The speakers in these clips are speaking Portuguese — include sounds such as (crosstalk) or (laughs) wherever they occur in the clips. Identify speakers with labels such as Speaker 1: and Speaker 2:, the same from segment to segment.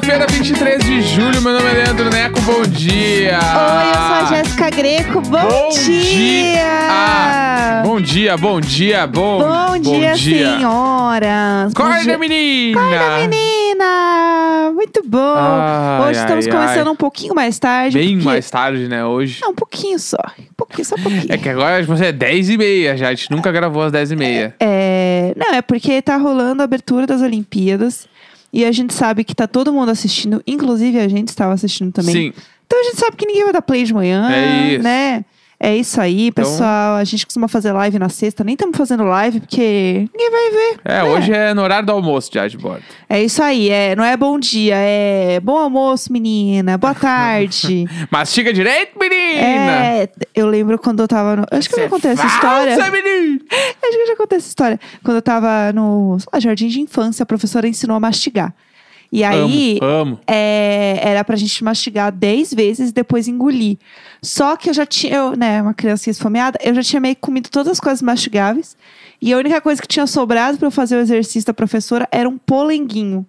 Speaker 1: 23 de julho, meu nome é Leandro Neco, bom dia!
Speaker 2: Oi, eu sou a Jéssica Greco. Bom,
Speaker 1: Bom dia!
Speaker 2: dia!
Speaker 1: Bom dia, bom dia, bom,
Speaker 2: Bom dia, senhoras! Bom
Speaker 1: Acorda,
Speaker 2: dia- é
Speaker 1: menina!
Speaker 2: Acorda, menina! Muito bom!
Speaker 1: Ai,
Speaker 2: Hoje estamos
Speaker 1: ai,
Speaker 2: começando
Speaker 1: ai.
Speaker 2: um pouquinho mais tarde.
Speaker 1: Bem
Speaker 2: porque-
Speaker 1: mais tarde, né, hoje.
Speaker 2: Não, um pouquinho só. Um pouquinho, só um pouquinho.
Speaker 1: É que agora você é 10 e meia já, a gente nunca gravou às 10 e meia.
Speaker 2: É, Não, é porque tá rolando a abertura das Olimpíadas. E a gente sabe que tá todo mundo assistindo, inclusive a gente estava assistindo também.
Speaker 1: Sim,
Speaker 2: Então a gente sabe que ninguém vai dar play de manhã,
Speaker 1: É isso.
Speaker 2: né? É isso aí,
Speaker 1: Então-
Speaker 2: pessoal. A gente costuma fazer live na sexta, nem estamos fazendo live porque ninguém vai ver. Né?
Speaker 1: é, hoje é no horário do almoço já de bordo.
Speaker 2: É isso aí, é, não é bom dia, é bom almoço,
Speaker 1: (laughs)
Speaker 2: menina. Boa tarde.
Speaker 1: Mastiga direito, menina!
Speaker 2: é, eu lembro quando eu tava no, acho que eu já contei essa história.
Speaker 1: Nossa, menina!
Speaker 2: Acho que eu já contei essa história. Quando eu tava no sei lá, jardim de infância, a professora ensinou a mastigar. E aí,
Speaker 1: Amo, amo.
Speaker 2: é, era pra gente mastigar 10 vezes e depois engolir. Só que eu já tinha, eu, né, uma criança esfomeada, eu já tinha meio que comido todas as coisas mastigáveis. E a única coisa que tinha sobrado pra eu fazer o exercício da professora era um
Speaker 1: (laughs)
Speaker 2: polenguinho.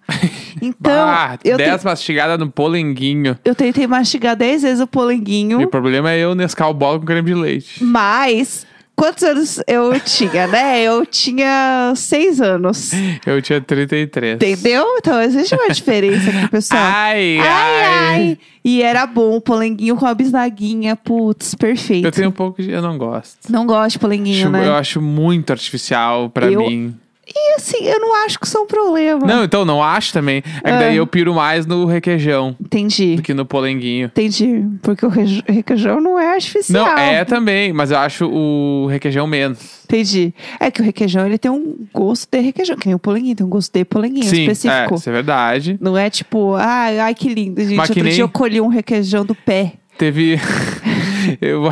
Speaker 2: Então,
Speaker 1: ah,
Speaker 2: eu,
Speaker 1: 10
Speaker 2: te-
Speaker 1: mastigadas no polenguinho.
Speaker 2: eu tentei mastigar 10 vezes o
Speaker 1: E o
Speaker 2: polenguinho,
Speaker 1: problema é eu nescar o bolo com creme de leite.
Speaker 2: Hum. mas. Quantos anos eu tinha, né? Eu tinha 6 anos.
Speaker 1: Eu tinha 33.
Speaker 2: Entendeu? Então existe uma diferença aqui,
Speaker 1: (laughs)
Speaker 2: pessoal.
Speaker 1: Ai, ai,
Speaker 2: Ai, ai. E era bom, o polenguinho com a bisnaguinha. Putz, perfeito.
Speaker 1: Eu tenho um pouco de. Eu não gosto.
Speaker 2: Não gosto de polenguinho,
Speaker 1: Acho-
Speaker 2: né?
Speaker 1: Eu acho muito artificial pra
Speaker 2: Eu-
Speaker 1: mim.
Speaker 2: E assim, eu não acho que isso é um problema.
Speaker 1: Não, então não acho também. É que
Speaker 2: Ah.
Speaker 1: daí eu piro mais no requeijão
Speaker 2: Entendi.
Speaker 1: do que no polenguinho.
Speaker 2: Entendi. Porque o reje- requeijão não é artificial.
Speaker 1: Não, é também, mas eu acho o requeijão menos.
Speaker 2: Entendi. É que o requeijão, ele tem um gosto de requeijão. Que nem o polenguinho, tem um gosto de polenguinho
Speaker 1: Sim, é,
Speaker 2: específico.
Speaker 1: isso é verdade.
Speaker 2: Não é tipo, ai, ai que lindo, gente.
Speaker 1: Mas que
Speaker 2: Outro
Speaker 1: nem-
Speaker 2: dia eu colhi um requeijão do pé. (laughs)
Speaker 1: Teve. (laughs) eu...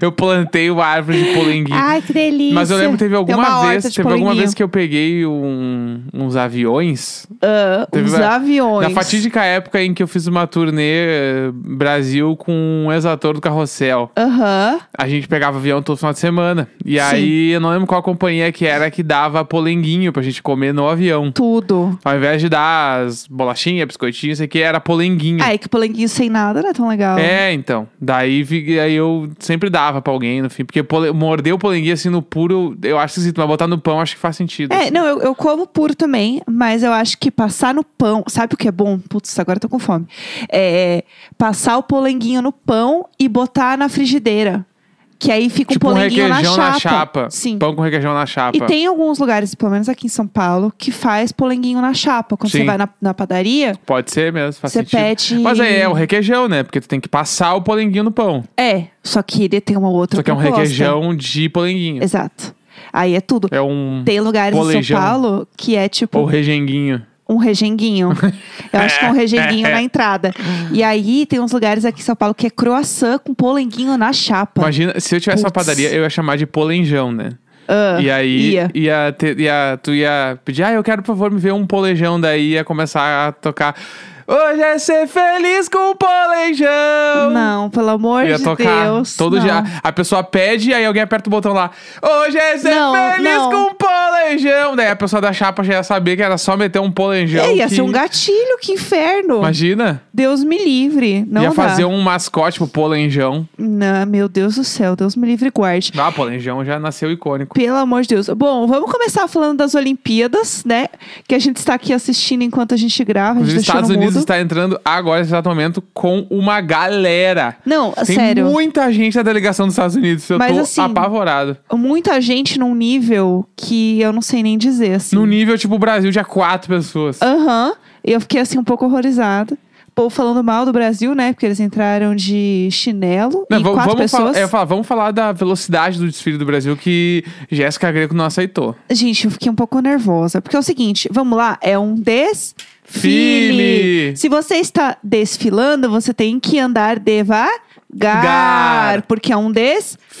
Speaker 1: eu plantei uma árvore de polenguinho.
Speaker 2: Ai, que delícia.
Speaker 1: Mas eu lembro que teve
Speaker 2: Tem
Speaker 1: alguma
Speaker 2: uma horta
Speaker 1: vez,
Speaker 2: de
Speaker 1: teve alguma
Speaker 2: polenguinho.
Speaker 1: vez que eu peguei um- uns aviões.
Speaker 2: Ah,
Speaker 1: teve
Speaker 2: os
Speaker 1: uma-
Speaker 2: aviões.
Speaker 1: Na fatídica época em que eu fiz uma turnê eh, Brasil com um ex-ator do Carrossel.
Speaker 2: Aham.
Speaker 1: A gente pegava avião todo final de semana. E
Speaker 2: Sim.
Speaker 1: aí, eu não lembro qual companhia que era que dava polenguinho pra gente comer no avião.
Speaker 2: Tudo.
Speaker 1: Ao invés de dar as bolachinhas, biscoitinhos, isso aqui era polenguinho.
Speaker 2: Ah, é que polenguinho sem nada não é tão legal.
Speaker 1: É, então. Daí vi- aí eu sempre dava pra alguém, no fim. Porque pole- morder o polenguinho assim no puro, eu acho esquisito, mas botar no pão acho que faz sentido.
Speaker 2: É, não, eu, eu como puro também, mas eu acho que passar no pão, sabe o que é bom? Putz, agora eu tô com fome. É, passar o polenguinho no pão e botar na frigideira. Que aí fica
Speaker 1: tipo
Speaker 2: um
Speaker 1: um
Speaker 2: polenguinho
Speaker 1: requeijão
Speaker 2: na, chapa.
Speaker 1: na chapa.
Speaker 2: Sim.
Speaker 1: Pão com requeijão na chapa.
Speaker 2: E tem alguns lugares, pelo menos aqui em São Paulo, que faz polenguinho na chapa. Quando
Speaker 1: Sim.
Speaker 2: você vai na, na padaria,
Speaker 1: Pode ser mesmo, faz
Speaker 2: você
Speaker 1: sentido.
Speaker 2: pede.
Speaker 1: Mas aí é o requeijão, né? Porque tu tem que passar o polenguinho no pão.
Speaker 2: É, só que ele tem uma outra
Speaker 1: Só que é um
Speaker 2: proposta.
Speaker 1: requeijão de polenguinho.
Speaker 2: Exato. Aí é tudo.
Speaker 1: É um.
Speaker 2: Tem lugares
Speaker 1: Polejão.
Speaker 2: em São Paulo que é tipo
Speaker 1: Ou rejenguinho.
Speaker 2: um regenguinho. Eu acho
Speaker 1: (laughs)
Speaker 2: que é um regenguinho na entrada. E aí tem uns lugares aqui em São Paulo que é croissant com polenguinho na chapa.
Speaker 1: Imagina, se eu tivesse uma
Speaker 2: Putz.
Speaker 1: padaria, eu ia chamar de polenjão, né?
Speaker 2: Ah,
Speaker 1: e aí
Speaker 2: ia.
Speaker 1: ter- ia- tu ia pedir, ah, eu quero, por favor, me ver um polejão. Daí ia começar a tocar. Hoje é ser feliz com o polenjão.
Speaker 2: Não, pelo amor
Speaker 1: Ia
Speaker 2: de
Speaker 1: tocar
Speaker 2: Deus.
Speaker 1: todo
Speaker 2: não.
Speaker 1: dia. A pessoa pede, aí alguém aperta o botão lá. Hoje é ser
Speaker 2: Não,
Speaker 1: feliz
Speaker 2: não.
Speaker 1: com o polenjão. Daí a pessoa da chapa já ia saber que era só meter um polenjão.
Speaker 2: É, ia
Speaker 1: que-
Speaker 2: ser um gatilho, que inferno.
Speaker 1: Imagina.
Speaker 2: Deus me livre. Não
Speaker 1: ia
Speaker 2: dá.
Speaker 1: fazer um mascote pro polenjão.
Speaker 2: Não, meu Deus do céu, Deus me livre e guarde.
Speaker 1: Ah, polenjão já nasceu icônico.
Speaker 2: Pelo amor de Deus. Bom, vamos começar falando das Olimpíadas, né? Que a gente está aqui assistindo enquanto a gente grava.
Speaker 1: Os
Speaker 2: Os
Speaker 1: Estados Unidos está entrando agora, nesse exato momento, com uma galera.
Speaker 2: Não,
Speaker 1: Tem
Speaker 2: sério.
Speaker 1: muita gente da delegação dos Estados Unidos. Eu
Speaker 2: Mas,
Speaker 1: tô
Speaker 2: assim,
Speaker 1: apavorado.
Speaker 2: muita gente num nível que eu não sei nem dizer, assim.
Speaker 1: No nível, tipo, o Brasil tinha quatro pessoas.
Speaker 2: Aham. Eu fiquei, assim, um pouco horrorizada. O povo falando mal do Brasil, né? Porque eles entraram de chinelo
Speaker 1: Não,
Speaker 2: e
Speaker 1: va-
Speaker 2: quatro
Speaker 1: vamos, falar-
Speaker 2: pessoas.
Speaker 1: é, eu falar- vamos falar da velocidade do desfile do Brasil que Jéssica Greco não aceitou.
Speaker 2: Gente, eu fiquei um pouco nervosa. Porque é o seguinte, vamos lá, é um desfile.
Speaker 1: File.
Speaker 2: Se você está desfilando, você tem que andar devagar. Gar,
Speaker 1: Gar.
Speaker 2: porque é um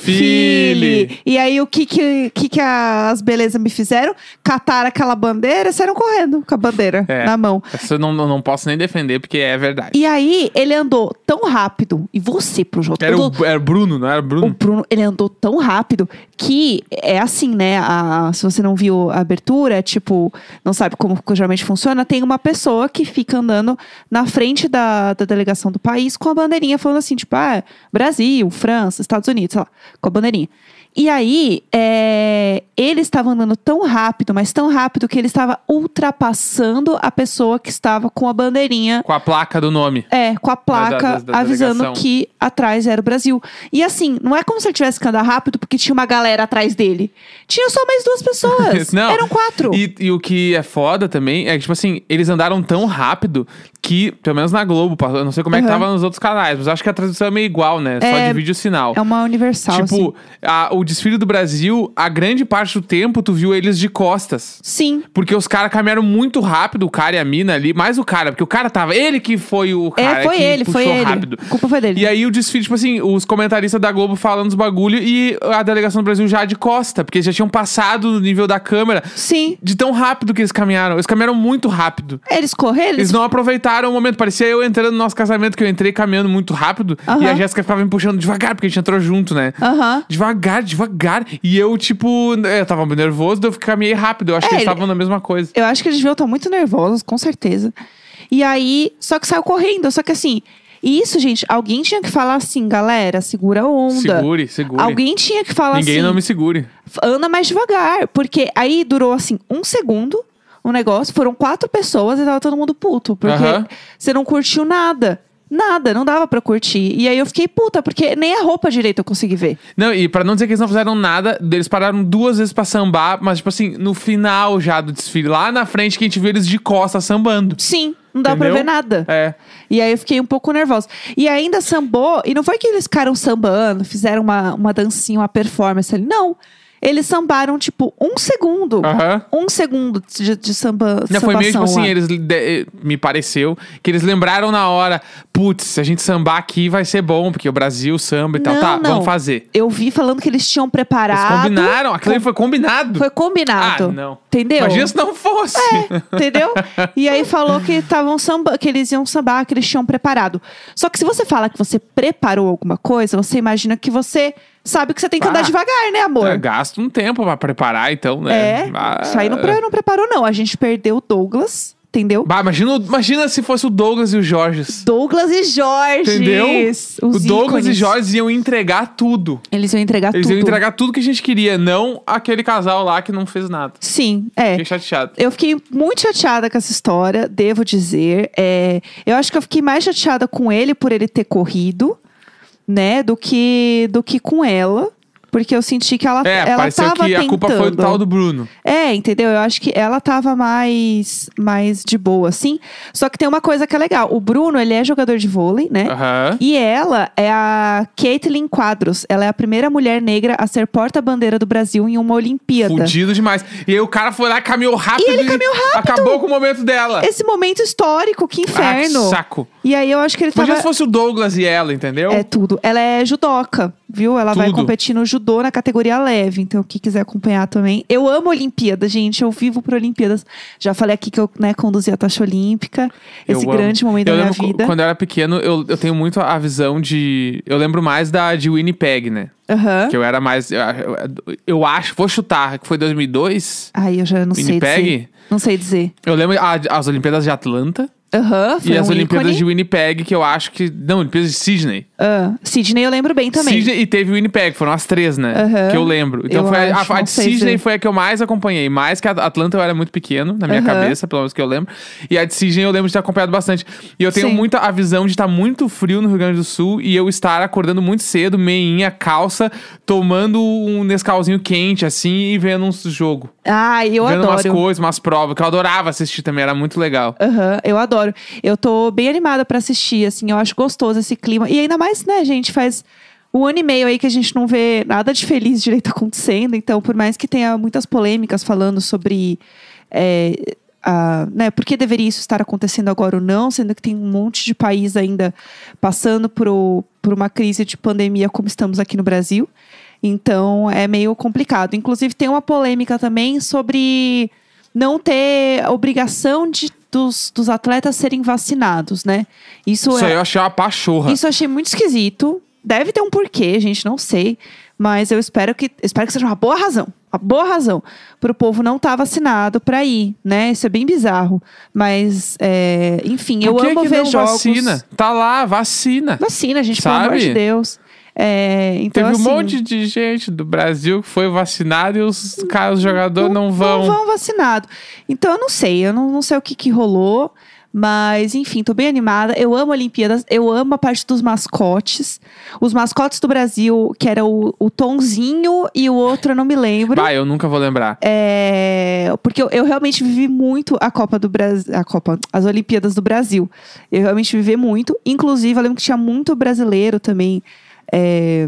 Speaker 2: desfile.
Speaker 1: File.
Speaker 2: E aí, o que que, que, que as belezas me fizeram? Cataram aquela bandeira e saíram correndo com a bandeira
Speaker 1: É.
Speaker 2: na mão.
Speaker 1: Essa eu não, não não posso nem defender, porque é verdade.
Speaker 2: E aí, ele andou tão rápido. E você, pro jogo.
Speaker 1: Era o, era o Bruno, não era o
Speaker 2: O
Speaker 1: Bruno?
Speaker 2: Bruno, ele andou tão rápido que é assim, né? a- se você não viu a abertura, tipo, não sabe como geralmente funciona, tem uma pessoa que fica andando na frente da, da delegação do país com a bandeirinha falando assim, tipo, ah, Brasil, França, Estados Unidos, sei lá, com a bandeirinha. E aí, é, ele estava andando tão rápido, mas tão rápido que ele estava ultrapassando a pessoa que estava com a bandeirinha
Speaker 1: Com a placa do nome.
Speaker 2: é, com a placa
Speaker 1: da- da
Speaker 2: avisando
Speaker 1: delegação.
Speaker 2: que atrás era o Brasil. E assim, não é como se ele tivesse que andar rápido porque tinha uma galera atrás dele. Tinha só mais duas pessoas.
Speaker 1: (laughs) Não.
Speaker 2: Eram quatro.
Speaker 1: E, e o que é foda também é que, tipo assim, eles andaram tão rápido que, pelo menos na Globo, passou- eu não sei como é que
Speaker 2: Aham.
Speaker 1: tava nos outros canais, mas acho que a tradução é meio igual, né? Só
Speaker 2: É,
Speaker 1: divide o sinal.
Speaker 2: É uma universal. assim.
Speaker 1: tipo, a- o desfile do Brasil, a grande parte do tempo tu viu eles de costas.
Speaker 2: Sim.
Speaker 1: Porque os caras caminharam muito rápido, o cara e a mina ali. Mais o cara, porque o cara tava. Ele que foi o cara.
Speaker 2: É, foi
Speaker 1: que
Speaker 2: ele, foi
Speaker 1: puxou
Speaker 2: ele.
Speaker 1: rápido.
Speaker 2: A culpa foi dele.
Speaker 1: E aí o desfile, tipo assim, os comentaristas da Globo falando os bagulho e a delegação do Brasil já de costa, porque eles já tinham passado no nível da câmera
Speaker 2: Sim.
Speaker 1: de tão rápido que eles caminharam. Eles caminharam muito rápido.
Speaker 2: Eles correram,
Speaker 1: Eles
Speaker 2: eles
Speaker 1: não aproveitaram o momento. Parecia eu entrando no nosso casamento, que eu entrei caminhando muito rápido e
Speaker 2: Aham.
Speaker 1: a Jéssica ficava me puxando devagar, porque a gente entrou junto, né?
Speaker 2: Aham.
Speaker 1: Devagar, devagar. E eu, tipo, eu tava muito nervoso, daí eu caminhei rápido. Eu acho
Speaker 2: É,
Speaker 1: que eles
Speaker 2: ele-
Speaker 1: estavam na mesma coisa.
Speaker 2: Eu acho que eles deviam estar muito nervosos, com certeza. E aí, só que saiu correndo. Só que assim, isso, gente, alguém tinha que falar assim, galera, segura a onda.
Speaker 1: Segure, segure.
Speaker 2: Alguém tinha que falar
Speaker 1: Ninguém
Speaker 2: assim.
Speaker 1: não me segure.
Speaker 2: anda mais devagar. Porque aí durou assim um segundo o negócio, foram quatro pessoas e tava todo mundo puto. Porque
Speaker 1: Aham.
Speaker 2: você não curtiu nada. Nada, não dava pra curtir. E aí eu fiquei puta, porque nem a roupa direito eu consegui ver.
Speaker 1: Não, e pra não dizer que eles não fizeram nada, eles pararam duas vezes pra sambar, mas, tipo assim, no final já do desfile, lá na frente que a gente viu eles de costa sambando.
Speaker 2: Sim, não dava
Speaker 1: Entendeu?
Speaker 2: pra ver nada.
Speaker 1: É.
Speaker 2: E aí eu fiquei um pouco nervosa. E ainda sambou, e não foi que eles ficaram sambando, fizeram uma, uma dancinha, uma performance ali. Não. Eles sambaram, tipo, um segundo.
Speaker 1: Aham.
Speaker 2: Um segundo de, de samba.
Speaker 1: Não, foi meio tipo assim,
Speaker 2: sambação lá.
Speaker 1: eles de- me pareceu que eles lembraram na hora, putz, se a gente sambar aqui vai ser bom, porque o Brasil samba e tal,
Speaker 2: Não,
Speaker 1: tá,
Speaker 2: não.
Speaker 1: vamos fazer.
Speaker 2: Eu vi falando que eles tinham
Speaker 1: Eles
Speaker 2: preparado.
Speaker 1: combinaram, aquilo foi combinado.
Speaker 2: Foi combinado.
Speaker 1: Ah, não.
Speaker 2: Entendeu? É,
Speaker 1: Imagina se não fosse. (laughs)
Speaker 2: Entendeu? E aí falou que estavam samba, que eles iam sambar, que eles tinham preparado. Só que se você fala que você preparou alguma coisa, você imagina que você sabe que você tem que
Speaker 1: Ah.
Speaker 2: andar devagar, né, amor?
Speaker 1: É, Gasta um tempo pra preparar, então, né?
Speaker 2: É.
Speaker 1: Ah.
Speaker 2: Isso aí não, pre- não preparou, não. A gente perdeu o Douglas, entendeu?
Speaker 1: Bah, imagina, o- imagina se fosse o Douglas e o Jorges.
Speaker 2: Douglas e Jorge.
Speaker 1: Entendeu?
Speaker 2: Os
Speaker 1: o Douglas
Speaker 2: ícones.
Speaker 1: e Jorges iam entregar tudo.
Speaker 2: Eles iam entregar
Speaker 1: Eles
Speaker 2: tudo.
Speaker 1: iam entregar tudo que a gente queria, não aquele casal lá que não fez nada.
Speaker 2: Sim, é.
Speaker 1: Fiquei chateado.
Speaker 2: Eu fiquei muito chateada com essa história, devo dizer. É, eu acho que eu fiquei mais chateada com ele por ele ter corrido, né, do que do que com ela, porque eu senti que ela
Speaker 1: É,
Speaker 2: ela
Speaker 1: pareceu
Speaker 2: tava
Speaker 1: que
Speaker 2: tentando.
Speaker 1: a culpa foi do tal do Bruno.
Speaker 2: É, entendeu? Eu acho que ela tava mais mais de boa, assim. Só que tem uma coisa que é legal. O Bruno, ele é jogador de vôlei, né?
Speaker 1: Aham.
Speaker 2: E ela é a Caitlyn Quadros. Ela é a primeira mulher negra a ser porta-bandeira do Brasil em uma Olimpíada.
Speaker 1: Fudido demais. E aí o cara foi lá, caminhou rápido. E ele caminhou rápido. Acabou com o momento dela.
Speaker 2: Esse momento histórico, que
Speaker 1: Ah, que
Speaker 2: inferno.
Speaker 1: saco.
Speaker 2: E aí eu acho que ele
Speaker 1: Imagina
Speaker 2: tava...
Speaker 1: se fosse o Douglas e ela, entendeu?
Speaker 2: É tudo. Ela é judoca, viu? Ela vai
Speaker 1: um Tudo.
Speaker 2: competir no judô na categoria leve. Então, quem quiser acompanhar também. Eu amo Olimpíadas, gente. Eu vivo por Olimpíadas. Já falei aqui que eu né, conduzi a taxa olímpica.
Speaker 1: Eu
Speaker 2: Esse
Speaker 1: amo.
Speaker 2: grande momento
Speaker 1: eu
Speaker 2: da minha
Speaker 1: lembro
Speaker 2: vida.
Speaker 1: cu- Quando eu era pequeno, eu, eu tenho muito a visão de. Eu lembro mais da de Winnipeg, né?
Speaker 2: Aham.
Speaker 1: Que eu era mais. Eu, eu- eu acho, vou chutar, que foi 2002.
Speaker 2: Aí eu já não sei
Speaker 1: Winnipeg?
Speaker 2: dizer. Não sei dizer.
Speaker 1: Eu lembro a- as Olimpíadas de Atlanta
Speaker 2: Aham, foi
Speaker 1: e as
Speaker 2: um
Speaker 1: Olimpíadas
Speaker 2: ícone.
Speaker 1: de Winnipeg, que eu acho que. Não, Olimpíadas de Sydney.
Speaker 2: Ah, Sydney eu lembro bem também.
Speaker 1: Sydney e teve o Winnipeg, foram as três, né?
Speaker 2: Aham.
Speaker 1: Que eu lembro. Então
Speaker 2: Eu
Speaker 1: foi a-
Speaker 2: acho,
Speaker 1: a, a
Speaker 2: não
Speaker 1: de
Speaker 2: sei
Speaker 1: Sydney
Speaker 2: dizer.
Speaker 1: foi a que eu mais acompanhei, mais que a Atlanta eu era muito pequeno, na minha
Speaker 2: Aham.
Speaker 1: cabeça, pelo menos que eu lembro. E a de Sydney eu lembro de ter acompanhado bastante. E eu tenho
Speaker 2: Sim.
Speaker 1: muita a visão de estar muito frio no Rio Grande do Sul e eu estar acordando muito cedo, meinha, calça, tomando um Nescauzinho quente assim e vendo uns jogo,
Speaker 2: Ah, eu
Speaker 1: vendo umas
Speaker 2: adoro.
Speaker 1: coisas, umas provas que eu adorava assistir também, era muito legal.
Speaker 2: Aham, eu adoro. Eu tô bem animada pra assistir, assim, eu acho gostoso esse clima. E ainda mais, né, gente, faz um ano e meio aí que a gente não vê nada de feliz (laughs) direito acontecendo. Então, por mais que tenha muitas polêmicas falando sobre é, a- né, por que deveria isso estar acontecendo agora ou não, sendo que tem um monte de país ainda passando por, o- por uma crise de pandemia como estamos aqui no Brasil. Então é meio complicado. Inclusive, tem uma polêmica também sobre não ter a obrigação de, dos, dos atletas serem vacinados, né? Isso,
Speaker 1: Isso
Speaker 2: é,
Speaker 1: aí eu achei uma pachorra.
Speaker 2: isso eu achei muito esquisito. Deve ter um porquê, gente, não sei. Mas eu espero que espero que seja uma boa razão. Uma boa razão para o povo não estar vacinado para ir, né? Isso é bem bizarro. Mas, é, enfim, eu
Speaker 1: Por que
Speaker 2: amo
Speaker 1: que
Speaker 2: ver
Speaker 1: não
Speaker 2: jogos.
Speaker 1: vacina? Tá lá, vacina.
Speaker 2: Vacina, gente, pelo amor
Speaker 1: Sabe?
Speaker 2: de Deus. É, então,
Speaker 1: Teve um
Speaker 2: assim,
Speaker 1: monte de gente do Brasil que foi vacinada e os caras, os jogadores não vão.
Speaker 2: Não vão vacinado. Então, eu não sei, eu não, não sei o que, que rolou. Mas, enfim, tô bem animada. Eu amo Olimpíadas, eu amo a parte dos mascotes. Os mascotes do Brasil, que era o, o Tonzinho e o outro eu não me lembro.
Speaker 1: Bah, eu nunca vou lembrar.
Speaker 2: É, porque eu, eu realmente vivi muito a Copa do Brasil. A Copa, as Olimpíadas do Brasil. Eu realmente vivi muito. Inclusive, eu lembro que tinha muito brasileiro também é,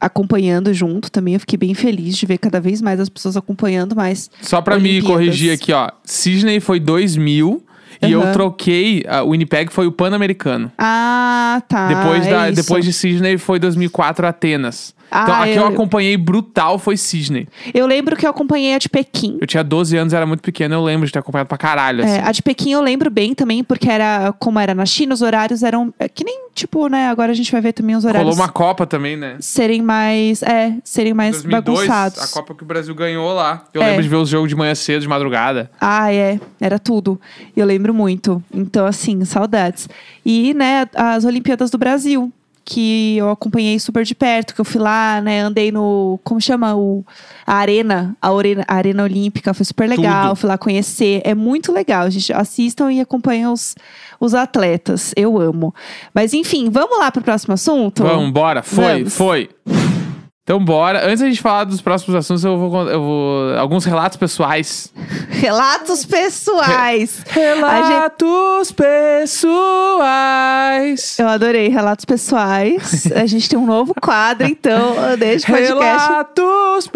Speaker 2: acompanhando junto também. Eu fiquei bem feliz de ver cada vez mais as pessoas acompanhando mais.
Speaker 1: Só pra me
Speaker 2: Olimpíadas.
Speaker 1: corrigir aqui, ó. Sydney foi 2000 e eu
Speaker 2: Aham.
Speaker 1: troquei. ah, O Winnipeg foi o Pan-Americano.
Speaker 2: Ah, tá.
Speaker 1: depois,
Speaker 2: é
Speaker 1: da,
Speaker 2: isso.
Speaker 1: depois de Sydney foi 2004 Atenas.
Speaker 2: Ah,
Speaker 1: então aqui eu...
Speaker 2: eu-
Speaker 1: acompanhei brutal foi Sydney.
Speaker 2: Eu lembro que eu acompanhei a de Pequim.
Speaker 1: Eu tinha 12 anos, era muito pequeno, eu lembro de ter acompanhado pra caralho.
Speaker 2: É,
Speaker 1: assim.
Speaker 2: a de Pequim eu lembro bem também, porque era como era na China, os horários eram. é, que nem, tipo, né? Agora a gente vai ver também os
Speaker 1: Rolou
Speaker 2: horários
Speaker 1: uma Copa também, né?
Speaker 2: serem mais. É, serem mais
Speaker 1: 2002,
Speaker 2: bagunçados.
Speaker 1: a Copa que o Brasil ganhou lá. Eu
Speaker 2: É.
Speaker 1: lembro de ver os jogos de manhã cedo, de madrugada.
Speaker 2: Ah, é. Era tudo. Eu lembro muito. Então, assim, saudades. E, né, as Olimpíadas do Brasil, que eu acompanhei super de perto, que eu fui lá, né, andei no. Como chama? O, a Arena. A Arena, a arena Olímpica. Foi super legal.
Speaker 1: Tudo.
Speaker 2: Fui lá conhecer. É muito legal, gente. Assistam e acompanhem os, os atletas. Eu amo. Mas, enfim, vamos lá pro próximo assunto?
Speaker 1: Vamos, bora. Foi,
Speaker 2: Vamos.
Speaker 1: foi. Então bora. Antes da gente falar dos próximos assuntos, eu vou... con- Eu vou alguns relatos pessoais.
Speaker 2: Relatos pessoais.
Speaker 1: Relatos pessoais.
Speaker 2: Eu adorei relatos
Speaker 1: (laughs)
Speaker 2: pessoais. A gente tem um novo quadro, então, desde o podcast.
Speaker 1: Relatos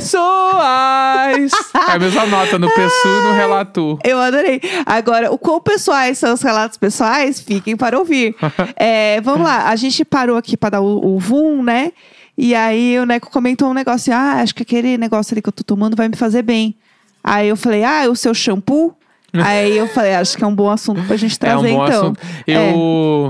Speaker 1: pessoais. (laughs) é a mesma nota no pessoa e no relato.
Speaker 2: Eu adorei. Agora, o quão pessoais são os relatos pessoais, fiquem para
Speaker 1: (laughs)
Speaker 2: ouvir. É, vamos lá, a gente parou aqui para dar o, o vum, né? E aí o Neco comentou um negócio: ah, acho que aquele negócio ali que eu tô tomando vai me fazer bem. Aí eu falei: ah, é o seu shampoo? aí eu falei: acho que é um bom assunto pra gente
Speaker 1: (laughs) É um
Speaker 2: trazer,
Speaker 1: bom
Speaker 2: então.
Speaker 1: assunto. Eu,
Speaker 2: É,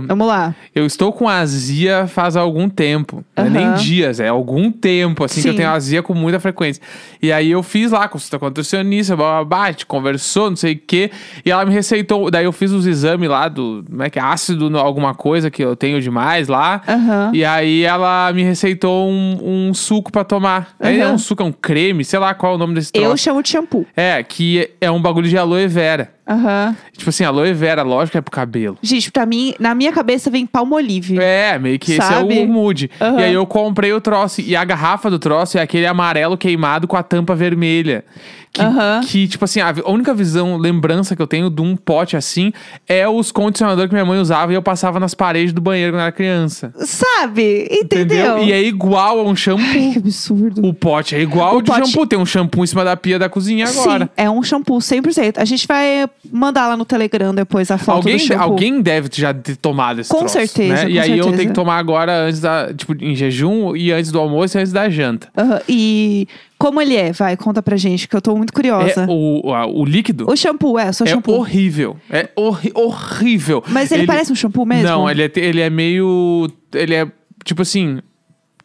Speaker 2: vamos lá.
Speaker 1: eu estou com azia faz algum tempo. Não é nem
Speaker 2: Aham.
Speaker 1: dias, é algum tempo, assim, que eu
Speaker 2: Sim.
Speaker 1: tenho azia com muita frequência. E aí eu fiz lá, consulta com a nutricionista, blá, blá, blá, a gente conversou, não sei o quê. E ela me receitou, daí eu fiz os exames lá do, como é que é, ácido, no- alguma coisa que eu tenho demais lá.
Speaker 2: Aham.
Speaker 1: E aí ela me receitou um, um suco pra tomar. Aí
Speaker 2: Aham.
Speaker 1: É um suco, é um creme, sei lá qual é o nome desse
Speaker 2: Eu
Speaker 1: troço.
Speaker 2: chamo de shampoo.
Speaker 1: É, que é um bagulho de aloe vera.
Speaker 2: Aham.
Speaker 1: Tipo assim, aloe vera, lógico, que é pro cabelo.
Speaker 2: Gente, pra mim, na minha cabeça vem palmolive.
Speaker 1: É, meio que esse é
Speaker 2: Sabe?
Speaker 1: o mood.
Speaker 2: Aham.
Speaker 1: E aí eu comprei o troço. E a garrafa do troço é aquele amarelo queimado com a tampa vermelha. Que,
Speaker 2: Aham.
Speaker 1: que, tipo assim, a vi- a única visão, lembrança que eu tenho de um pote assim é os condicionadores que minha mãe usava e eu passava nas paredes do banheiro quando eu era criança.
Speaker 2: Sabe? Entendeu?
Speaker 1: E é igual a um shampoo.
Speaker 2: Ai, que absurdo.
Speaker 1: O pote é igual
Speaker 2: O
Speaker 1: o de
Speaker 2: pote-
Speaker 1: shampoo. Tem um shampoo em cima da pia da cozinha agora.
Speaker 2: Sim, é um shampoo 100%. A gente vai mandar lá no Telegram depois a foto do
Speaker 1: Alguém,
Speaker 2: shampoo.
Speaker 1: alguém deve já ter tomado esse
Speaker 2: Com
Speaker 1: troço,
Speaker 2: certeza,
Speaker 1: né?
Speaker 2: com
Speaker 1: E aí eu
Speaker 2: certeza.
Speaker 1: tenho que tomar agora antes da... Tipo, em jejum e antes do almoço e antes da janta.
Speaker 2: Aham, E como ele é? Vai, conta pra gente, que eu tô muito curiosa.
Speaker 1: É, o, a- o líquido
Speaker 2: o... shampoo, é, só
Speaker 1: é
Speaker 2: shampoo.
Speaker 1: horrível. É horri- horrível.
Speaker 2: Mas ele, parece um shampoo mesmo?
Speaker 1: Não, ele é, te- ele é meio... Ele é, tipo assim...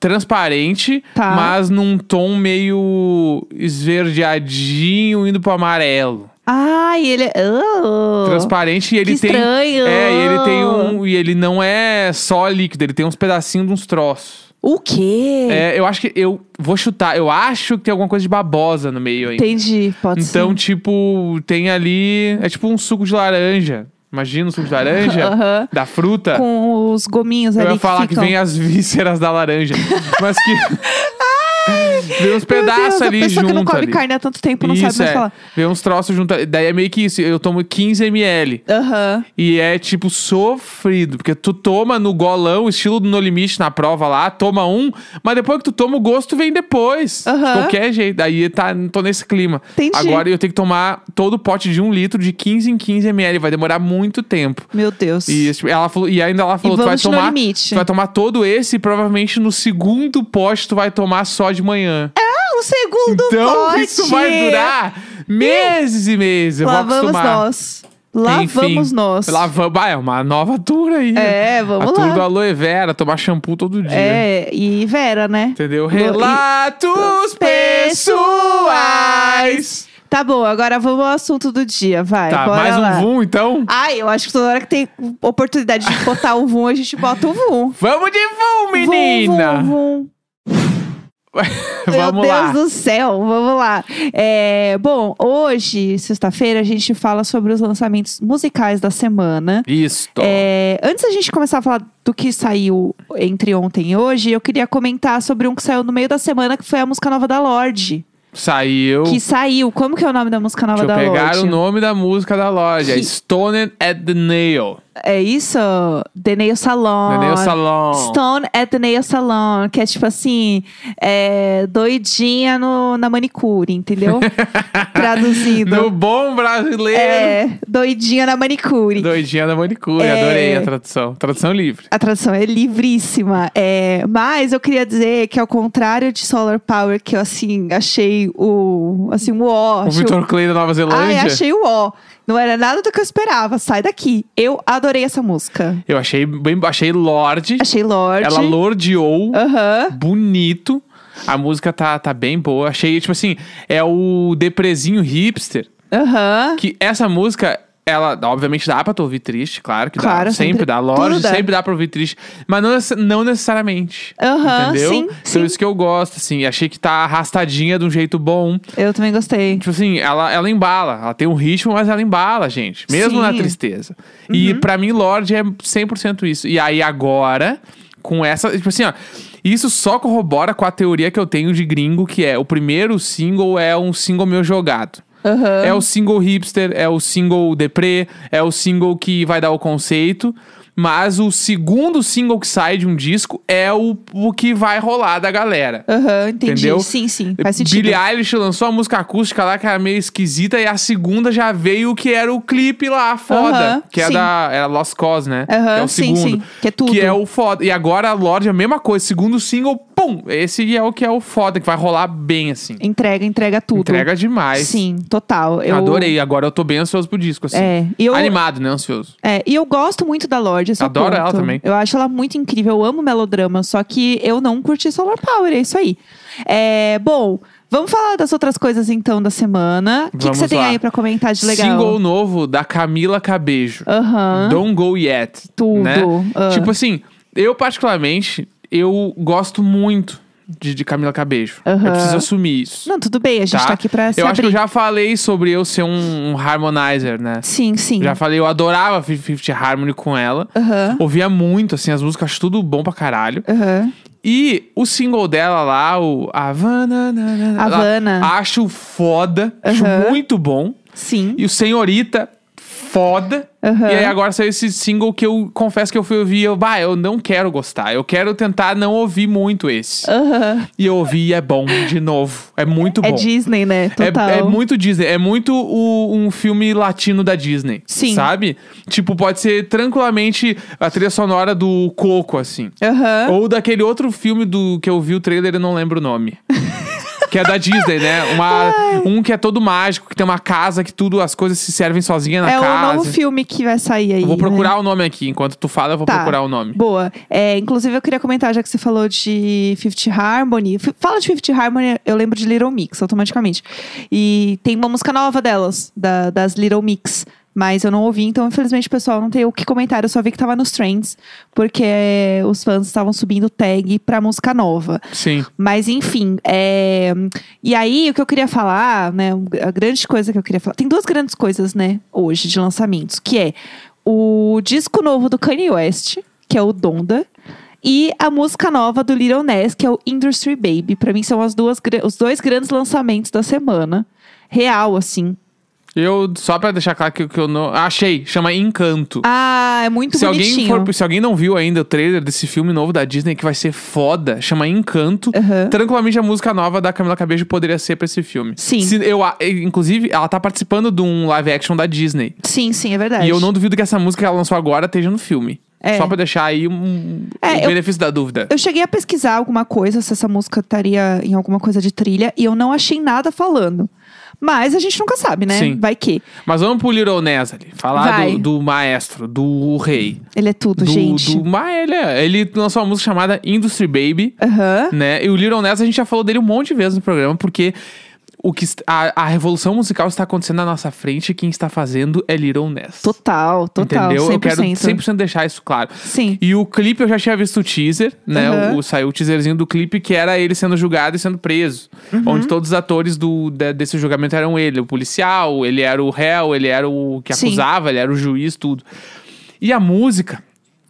Speaker 1: Transparente,
Speaker 2: Tá.
Speaker 1: mas num tom meio esverdeadinho, indo pro amarelo.
Speaker 2: Ai, ele é... Oh,
Speaker 1: transparente e ele
Speaker 2: que
Speaker 1: tem
Speaker 2: estranho.
Speaker 1: é e ele tem um e ele não é só líquido ele tem uns pedacinhos de uns troços
Speaker 2: O quê?
Speaker 1: é, eu acho que eu vou chutar eu acho que tem alguma coisa de babosa no meio ainda
Speaker 2: Entendi, pode
Speaker 1: então
Speaker 2: ser.
Speaker 1: tipo tem ali é tipo um suco de laranja imagina um suco de laranja
Speaker 2: Aham.
Speaker 1: da fruta
Speaker 2: Com os gominhos
Speaker 1: eu
Speaker 2: ali
Speaker 1: ia falar que,
Speaker 2: ficam.
Speaker 1: vem as vísceras da laranja mas que Vem uns
Speaker 2: Meu Deus,
Speaker 1: pedaços
Speaker 2: a
Speaker 1: ali
Speaker 2: pessoa
Speaker 1: junto
Speaker 2: que não come
Speaker 1: ali.
Speaker 2: carne há tanto tempo não
Speaker 1: isso,
Speaker 2: sabe mais
Speaker 1: é.
Speaker 2: falar.
Speaker 1: Vem uns troços junto ali. Daí é meio que isso. Eu tomo 15 ml.
Speaker 2: Aham.
Speaker 1: E é tipo sofrido, porque tu toma no golão, estilo do No Limite na prova lá, toma um, mas depois que tu toma o gosto vem depois.
Speaker 2: Aham.
Speaker 1: De qualquer jeito. Aí tá, tô nesse clima.
Speaker 2: Entendi.
Speaker 1: Agora eu tenho que tomar todo o pote de um litro de 15 em 15 ml, vai demorar muito tempo.
Speaker 2: Meu Deus.
Speaker 1: E, tipo, ela falou, e ainda ela falou, tu vai
Speaker 2: vamos de No
Speaker 1: tomar.
Speaker 2: Limite.
Speaker 1: Tu vai tomar todo esse e provavelmente no segundo pote tu vai tomar só de manhã.
Speaker 2: Ah, um segundo
Speaker 1: então
Speaker 2: pote.
Speaker 1: isso vai durar meses e meses. Eu
Speaker 2: Lá
Speaker 1: vou
Speaker 2: vamos
Speaker 1: acostumar.
Speaker 2: nós. Lá
Speaker 1: Enfim,
Speaker 2: vamos nós.
Speaker 1: Lá vamos. Ah, é uma nova tour aí. né?
Speaker 2: É,
Speaker 1: A
Speaker 2: vamos
Speaker 1: tour do
Speaker 2: lá.
Speaker 1: aloe vera, tomar shampoo todo dia.
Speaker 2: É, e Vera, né?
Speaker 1: Entendeu?
Speaker 2: Lu- e-
Speaker 1: Relatos pessoais.
Speaker 2: Tá bom, agora vamos ao assunto do dia, vai.
Speaker 1: Tá,
Speaker 2: bora
Speaker 1: mais um
Speaker 2: lá.
Speaker 1: VUM então?
Speaker 2: Ai, eu acho que toda hora que tem oportunidade de botar um VUM, a gente bota um VUM.
Speaker 1: Vamos de VUM, menina! (laughs)
Speaker 2: Vum, vum, vum. Meu
Speaker 1: vamos
Speaker 2: Deus
Speaker 1: lá.
Speaker 2: do céu, vamos lá. É, bom, hoje, sexta-feira, a gente fala sobre os lançamentos musicais da semana.
Speaker 1: Isso.
Speaker 2: É, antes da gente começar a falar do que saiu entre ontem e hoje, eu queria comentar sobre um que saiu no meio da semana, que foi a música nova da Lorde.
Speaker 1: Saiu.
Speaker 2: Que saiu. Como que é o nome da música nova
Speaker 1: Deixa eu
Speaker 2: da
Speaker 1: pegar
Speaker 2: Lorde?
Speaker 1: o nome da música da loja.
Speaker 2: Que-
Speaker 1: Stone at the Nail.
Speaker 2: É isso? The Nail Salon.
Speaker 1: The Nail Salon.
Speaker 2: Stone at the Nail Salon, que é tipo assim, é, doidinha no- na
Speaker 1: (laughs)
Speaker 2: manicure, entendeu? Traduzido.
Speaker 1: No bom brasileiro.
Speaker 2: É, doidinha na manicure.
Speaker 1: Doidinha da manicure.
Speaker 2: É.
Speaker 1: Adorei a tradução. Tradução livre.
Speaker 2: A tradução é livríssima. É, mas eu queria dizer que, ao contrário de Solar Power, que eu assim, achei o. Assim, o ó.
Speaker 1: O
Speaker 2: achei
Speaker 1: Victor Clay da Nova
Speaker 2: Ai,
Speaker 1: Zelândia.
Speaker 2: achei o ó. Não era nada do que eu esperava. Sai daqui. Eu adorei essa música.
Speaker 1: Eu achei bem. Achei Lorde.
Speaker 2: Achei Lorde.
Speaker 1: Ela lordeou.
Speaker 2: Aham.
Speaker 1: Bonito. A música tá, tá bem boa. Achei, tipo assim, é o depresinho hipster.
Speaker 2: Aham.
Speaker 1: Que essa música, ela, obviamente, dá pra tu ouvir triste, claro que dá.
Speaker 2: Claro,
Speaker 1: Sempre,
Speaker 2: sempre.
Speaker 1: dá.
Speaker 2: Tudo
Speaker 1: Lorde,
Speaker 2: dá.
Speaker 1: sempre dá pra ouvir triste. Mas não, nece- não necessariamente.
Speaker 2: Aham,
Speaker 1: entendeu?
Speaker 2: sim,
Speaker 1: Por
Speaker 2: sim.
Speaker 1: isso que eu gosto, assim. Achei que tá arrastadinha de um jeito bom.
Speaker 2: Eu também gostei.
Speaker 1: Tipo assim, ela, ela embala. Ela tem um ritmo, mas ela embala, gente. Mesmo
Speaker 2: Sim. Uhum.
Speaker 1: na tristeza. E pra mim, Lorde é 100% isso. E aí agora, com essa. Tipo assim, ó. Isso só corrobora com a teoria que eu tenho de gringo, que é o primeiro single é um single meu jogado.
Speaker 2: Aham.
Speaker 1: É o single hipster, é o single deprê, é o single que vai dar o conceito. Mas o segundo single que sai de um disco é o, o que vai rolar da galera.
Speaker 2: Aham, entendi.
Speaker 1: Entendeu? É
Speaker 2: Sim, sim. Faz sentido.
Speaker 1: Billie Eilish lançou a música acústica lá, que era meio esquisita, e a segunda já veio que era o clipe lá, foda.
Speaker 2: Aham,
Speaker 1: que é
Speaker 2: sim.
Speaker 1: da era Lost Cause, né?
Speaker 2: Aham,
Speaker 1: que é o
Speaker 2: sim,
Speaker 1: segundo.
Speaker 2: sim. Que é tudo.
Speaker 1: Que é o foda. E agora a Lorde, é a mesma coisa, segundo single, pum! Esse é o que é o foda, que vai rolar bem, assim.
Speaker 2: Entrega, entrega tudo.
Speaker 1: Entrega demais.
Speaker 2: Sim, total. Eu
Speaker 1: Adorei, agora eu tô bem ansioso pro disco, assim.
Speaker 2: É, e eu,
Speaker 1: Animado, né? Ansioso.
Speaker 2: é, e eu gosto muito da Lorde. esse é o
Speaker 1: Adoro ela
Speaker 2: ponto.
Speaker 1: também.
Speaker 2: Eu acho ela muito incrível, eu amo melodrama, só que eu não curti Solar Power, é isso aí. É, bom, vamos falar das outras coisas então da semana. O que que,
Speaker 1: Vamos
Speaker 2: você tem
Speaker 1: lá.
Speaker 2: aí pra comentar de legal?
Speaker 1: Single novo da Camila Cabejo.
Speaker 2: Aham,
Speaker 1: Don't Go Yet.
Speaker 2: tudo.
Speaker 1: né?
Speaker 2: Ah,
Speaker 1: Tipo assim, eu particularmente, eu gosto muito de, de Camila Cabejo.
Speaker 2: Aham.
Speaker 1: Eu preciso assumir isso.
Speaker 2: Não, tudo bem, a gente
Speaker 1: Tá.
Speaker 2: tá, aqui pra se
Speaker 1: eu acho
Speaker 2: abrir.
Speaker 1: que eu já falei sobre eu ser um, um harmonizer, né?
Speaker 2: Sim, sim.
Speaker 1: Já falei, eu adorava 50 Harmony com ela.
Speaker 2: Aham,
Speaker 1: Ouvia muito, assim, as músicas, acho tudo bom pra caralho.
Speaker 2: aham.
Speaker 1: E o single dela lá, o Havana. na, na, na,
Speaker 2: Havana.
Speaker 1: lá, Acho foda,
Speaker 2: Aham.
Speaker 1: acho muito bom.
Speaker 2: Sim.
Speaker 1: E o Senhorita, foda.
Speaker 2: Aham.
Speaker 1: E aí agora saiu esse single que eu confesso que eu fui ouvir e eu, bah, eu não quero gostar. Eu quero tentar não ouvir muito esse.
Speaker 2: Aham.
Speaker 1: E eu ouvi e é bom de novo. É muito
Speaker 2: É
Speaker 1: bom.
Speaker 2: Disney, né?
Speaker 1: É-
Speaker 2: Total.
Speaker 1: É, muito Disney, é muito o- um filme latino da Disney.
Speaker 2: Sim.
Speaker 1: Sabe? Tipo, pode ser tranquilamente a trilha sonora do Coco, assim.
Speaker 2: Aham.
Speaker 1: Ou daquele outro filme do que eu vi o trailer e não lembro o nome. que é da Disney, né? Uma- um que é todo mágico, que tem uma casa que tudo, as coisas se servem sozinha na
Speaker 2: É
Speaker 1: casa.
Speaker 2: o novo filme que vai sair aí.
Speaker 1: Eu Vou
Speaker 2: né?
Speaker 1: procurar o nome aqui. Enquanto tu fala, eu vou
Speaker 2: Tá.
Speaker 1: procurar o nome.
Speaker 2: Boa. É, inclusive, eu queria comentar, já que você falou de Fifth Harmony. F- fala de Fifth Harmony, eu lembro de Little Mix, automaticamente. E tem uma música nova delas, da- das Little Mix. Mas eu não ouvi, então, infelizmente, pessoal, não tem o que comentar. Eu só vi que tava nos trends, porque é, os fãs estavam subindo tag pra música nova.
Speaker 1: Sim.
Speaker 2: Mas enfim, é, e aí o que eu queria falar, né, a grande coisa que eu queria falar, tem duas grandes coisas, né, hoje de lançamentos, que é o disco novo do Kanye West, que é o Donda, E a música nova do Little Ness, que é o Industry Baby. Pra mim são as duas, gra- os dois grandes lançamentos da semana. Real, assim.
Speaker 1: Eu, só pra deixar claro que, que eu não. Ah, Achei, chama Encanto.
Speaker 2: Ah, é muito
Speaker 1: se
Speaker 2: bonitinho.
Speaker 1: alguém, for, se alguém não viu ainda o trailer desse filme novo da Disney, que vai ser foda, chama Encanto.
Speaker 2: Aham.
Speaker 1: Tranquilamente a música nova da Camila Cabello poderia ser pra esse filme.
Speaker 2: Sim.
Speaker 1: Se- eu, a- inclusive, ela tá participando de um live action da Disney.
Speaker 2: Sim, sim, é verdade.
Speaker 1: E eu não duvido que essa música que ela lançou agora esteja no filme.
Speaker 2: É.
Speaker 1: Só pra deixar aí um,
Speaker 2: É,
Speaker 1: o
Speaker 2: eu-
Speaker 1: benefício da dúvida.
Speaker 2: Eu cheguei a pesquisar alguma coisa, se essa música estaria em alguma coisa de trilha, e eu não achei nada falando. Mas a gente nunca sabe, né?
Speaker 1: Sim.
Speaker 2: Vai que.
Speaker 1: Mas vamos pro Little Ness ali. Falar
Speaker 2: Vai.
Speaker 1: do, do maestro, do rei.
Speaker 2: Ele é tudo,
Speaker 1: do,
Speaker 2: gente.
Speaker 1: do ma- ele, é- ele lançou uma música chamada Industry Baby.
Speaker 2: Aham.
Speaker 1: né? E o Little Ness, a gente já falou dele um monte de vezes no programa, porque o que est- a, a revolução musical está acontecendo na nossa frente e quem está fazendo é Little Ness.
Speaker 2: Total, total.
Speaker 1: Entendeu?
Speaker 2: 100%.
Speaker 1: Eu quero 100% deixar isso claro.
Speaker 2: Sim.
Speaker 1: E o clipe eu já tinha visto o teaser, né?
Speaker 2: Aham.
Speaker 1: O, saiu o teaserzinho do clipe que era ele sendo julgado e sendo preso.
Speaker 2: Uhum.
Speaker 1: Onde todos os atores do, de- desse julgamento eram ele, o policial, ele era o réu, ele era o que
Speaker 2: Sim.
Speaker 1: acusava, ele era o juiz, tudo. E a música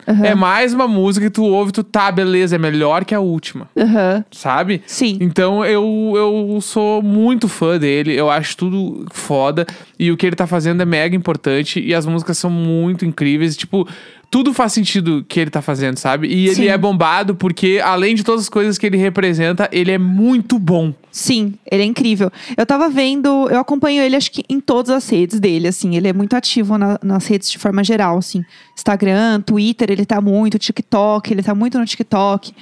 Speaker 2: Aham.
Speaker 1: é mais uma música que tu ouve, tu tá, beleza, é melhor que a última,
Speaker 2: Aham.
Speaker 1: sabe?
Speaker 2: Sim.
Speaker 1: Então eu, eu sou muito fã dele, eu acho tudo foda. E o que ele tá fazendo é mega importante. E as músicas são muito incríveis. Tipo, tudo faz sentido que ele tá fazendo, sabe? E ele
Speaker 2: Sim.
Speaker 1: é bombado porque, além de todas as coisas que ele representa, ele é muito bom.
Speaker 2: Sim, ele é incrível. Eu tava vendo, eu acompanho ele acho que em todas as redes dele, assim, ele é muito ativo na- nas redes de forma geral, assim, Instagram, Twitter, ele tá muito, TikTok, ele tá muito no TikTok.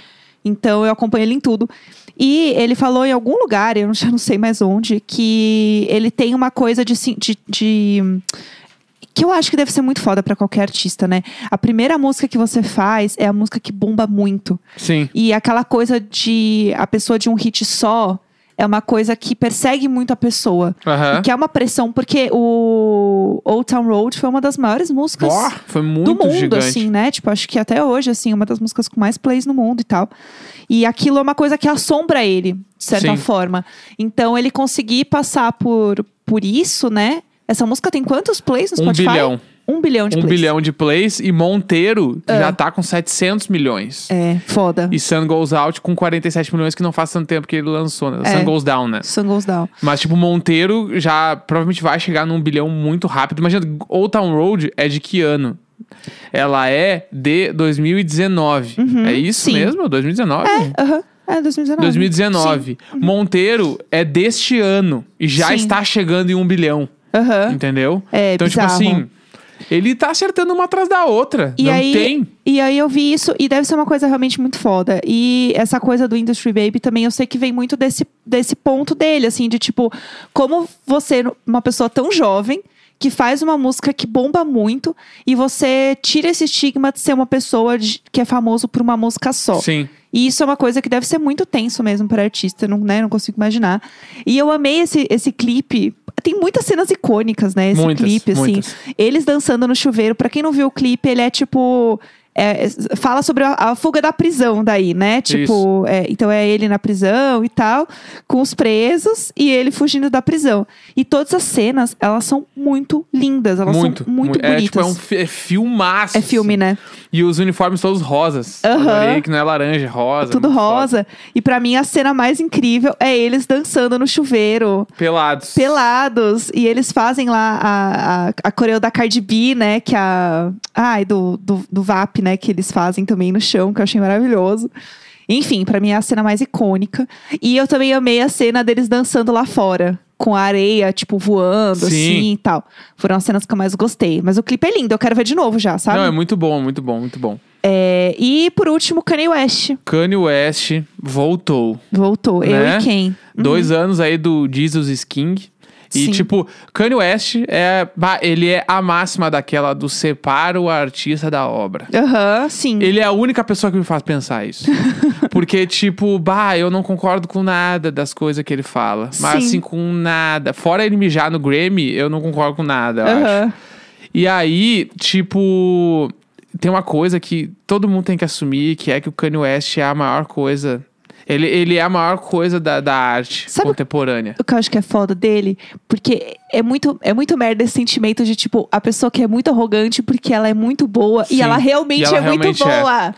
Speaker 2: Então eu acompanho ele em tudo. E ele falou em algum lugar, eu já não sei mais onde, que ele tem uma coisa de sin- de- de que eu acho que deve ser muito foda pra qualquer artista, né? A primeira música que você faz é a música que bomba muito.
Speaker 1: Sim.
Speaker 2: E aquela coisa de a pessoa de um hit só é uma coisa que persegue muito a pessoa.
Speaker 1: Aham.
Speaker 2: E que é uma pressão, porque o Old Town Road foi uma das maiores músicas
Speaker 1: Ó, Foi muito
Speaker 2: do mundo,
Speaker 1: gigante.
Speaker 2: assim, né? Tipo, acho que até hoje, assim, uma das músicas com mais plays no mundo e tal. E aquilo é uma coisa que assombra ele, de certa
Speaker 1: Sim.
Speaker 2: forma. Então, ele conseguir passar por, por isso, né? Essa música tem quantos plays no
Speaker 1: Um
Speaker 2: Spotify?
Speaker 1: bilhão.
Speaker 2: Um bilhão de
Speaker 1: Um
Speaker 2: plays. Ah.
Speaker 1: bilhão de plays e Monteiro já tá com 700 milhões.
Speaker 2: É, foda.
Speaker 1: E Sun Goes Out com 47 milhões, que não faz tanto tempo que ele lançou, né?
Speaker 2: É.
Speaker 1: Sun Goes Down, né?
Speaker 2: Sun Goes Down.
Speaker 1: Mas, tipo, Monteiro já provavelmente vai chegar num bilhão muito rápido. Imagina, Old Town Road é de que ano? Ela é de 2019. é isso
Speaker 2: Uhum. sim.
Speaker 1: mesmo? 2019?
Speaker 2: Aham. É, 2019.
Speaker 1: 2019. Monteiro é deste ano e já
Speaker 2: Sim.
Speaker 1: está chegando em um bilhão.
Speaker 2: Sim. Aham.
Speaker 1: Entendeu?
Speaker 2: É,
Speaker 1: então,
Speaker 2: bizarro.
Speaker 1: tipo assim, ele tá acertando uma atrás da outra.
Speaker 2: E
Speaker 1: Não
Speaker 2: aí,
Speaker 1: tem.
Speaker 2: E aí eu vi isso, e deve ser uma coisa realmente muito foda. E essa coisa do Industry Baby também eu sei que vem muito desse, desse ponto dele, assim, de tipo, como você, uma pessoa tão jovem, que faz uma música que bomba muito, e você tira esse estigma de ser uma pessoa de- que é famoso por uma música só.
Speaker 1: Sim.
Speaker 2: E isso é uma coisa que deve ser muito tenso mesmo para artista, não, né? Não consigo imaginar. E eu amei esse, esse clipe. Tem muitas cenas icônicas, né? Esse
Speaker 1: Muitas,
Speaker 2: clipe, assim.
Speaker 1: muitas.
Speaker 2: Eles dançando no chuveiro. Pra quem não viu o clipe, ele é tipo. é, fala sobre a, a fuga da prisão daí, né? Tipo, é, então é ele na prisão e tal, com os presos e ele fugindo da prisão. E todas as cenas, elas são muito lindas, elas
Speaker 1: muito.
Speaker 2: são muito,
Speaker 1: É,
Speaker 2: bonitas.
Speaker 1: tipo, é um fi- é filmaço.
Speaker 2: É filme, né?
Speaker 1: E os uniformes todos rosas.
Speaker 2: Aham.
Speaker 1: Adorei que não é laranja, é rosa.
Speaker 2: Tudo
Speaker 1: muito foda.
Speaker 2: rosa. E pra mim a cena mais incrível é eles dançando no chuveiro,
Speaker 1: Pelados.
Speaker 2: pelados. E eles fazem lá a, a, a coreo da Cardi B, né? Que a. Ai, do, do, do VAP, né? Que eles fazem também no chão, que eu achei maravilhoso. Enfim, pra mim é a cena mais icônica. E eu também amei a cena deles dançando lá fora. Com a areia, tipo, voando,
Speaker 1: Sim.
Speaker 2: assim e tal. Foram as cenas que eu mais gostei. Mas o clipe é lindo, eu quero ver de novo já, sabe?
Speaker 1: Não, é muito bom, muito bom, muito bom.
Speaker 2: É, e por último, Kanye West.
Speaker 1: Kanye West voltou.
Speaker 2: Voltou.
Speaker 1: Né?
Speaker 2: Eu e quem? Uhum.
Speaker 1: Dois anos aí do Jesus is King. E,
Speaker 2: Sim.
Speaker 1: tipo, Kanye West é. bah, ele é a máxima daquela do separa o artista da obra.
Speaker 2: Aham, sim.
Speaker 1: Ele é a única pessoa que me faz pensar
Speaker 2: (laughs)
Speaker 1: isso. Porque, tipo, bah, eu não concordo com nada das coisas que ele fala. Mas,
Speaker 2: Sim.
Speaker 1: assim, com nada. Fora ele mijar no Grammy, eu não concordo com nada, eu acho.
Speaker 2: Aham.
Speaker 1: E aí, tipo, tem uma coisa que todo mundo tem que assumir, que é que o Kanye West é a maior coisa. Ele, ele é a maior coisa da, da arte
Speaker 2: Sabe-
Speaker 1: contemporânea.
Speaker 2: O que eu acho que é foda dele, porque é muito, é muito merda esse sentimento de, tipo, a pessoa que é muito arrogante porque ela é muito boa
Speaker 1: Sim.
Speaker 2: e ela realmente
Speaker 1: E ela
Speaker 2: é muito
Speaker 1: realmente é.
Speaker 2: boa.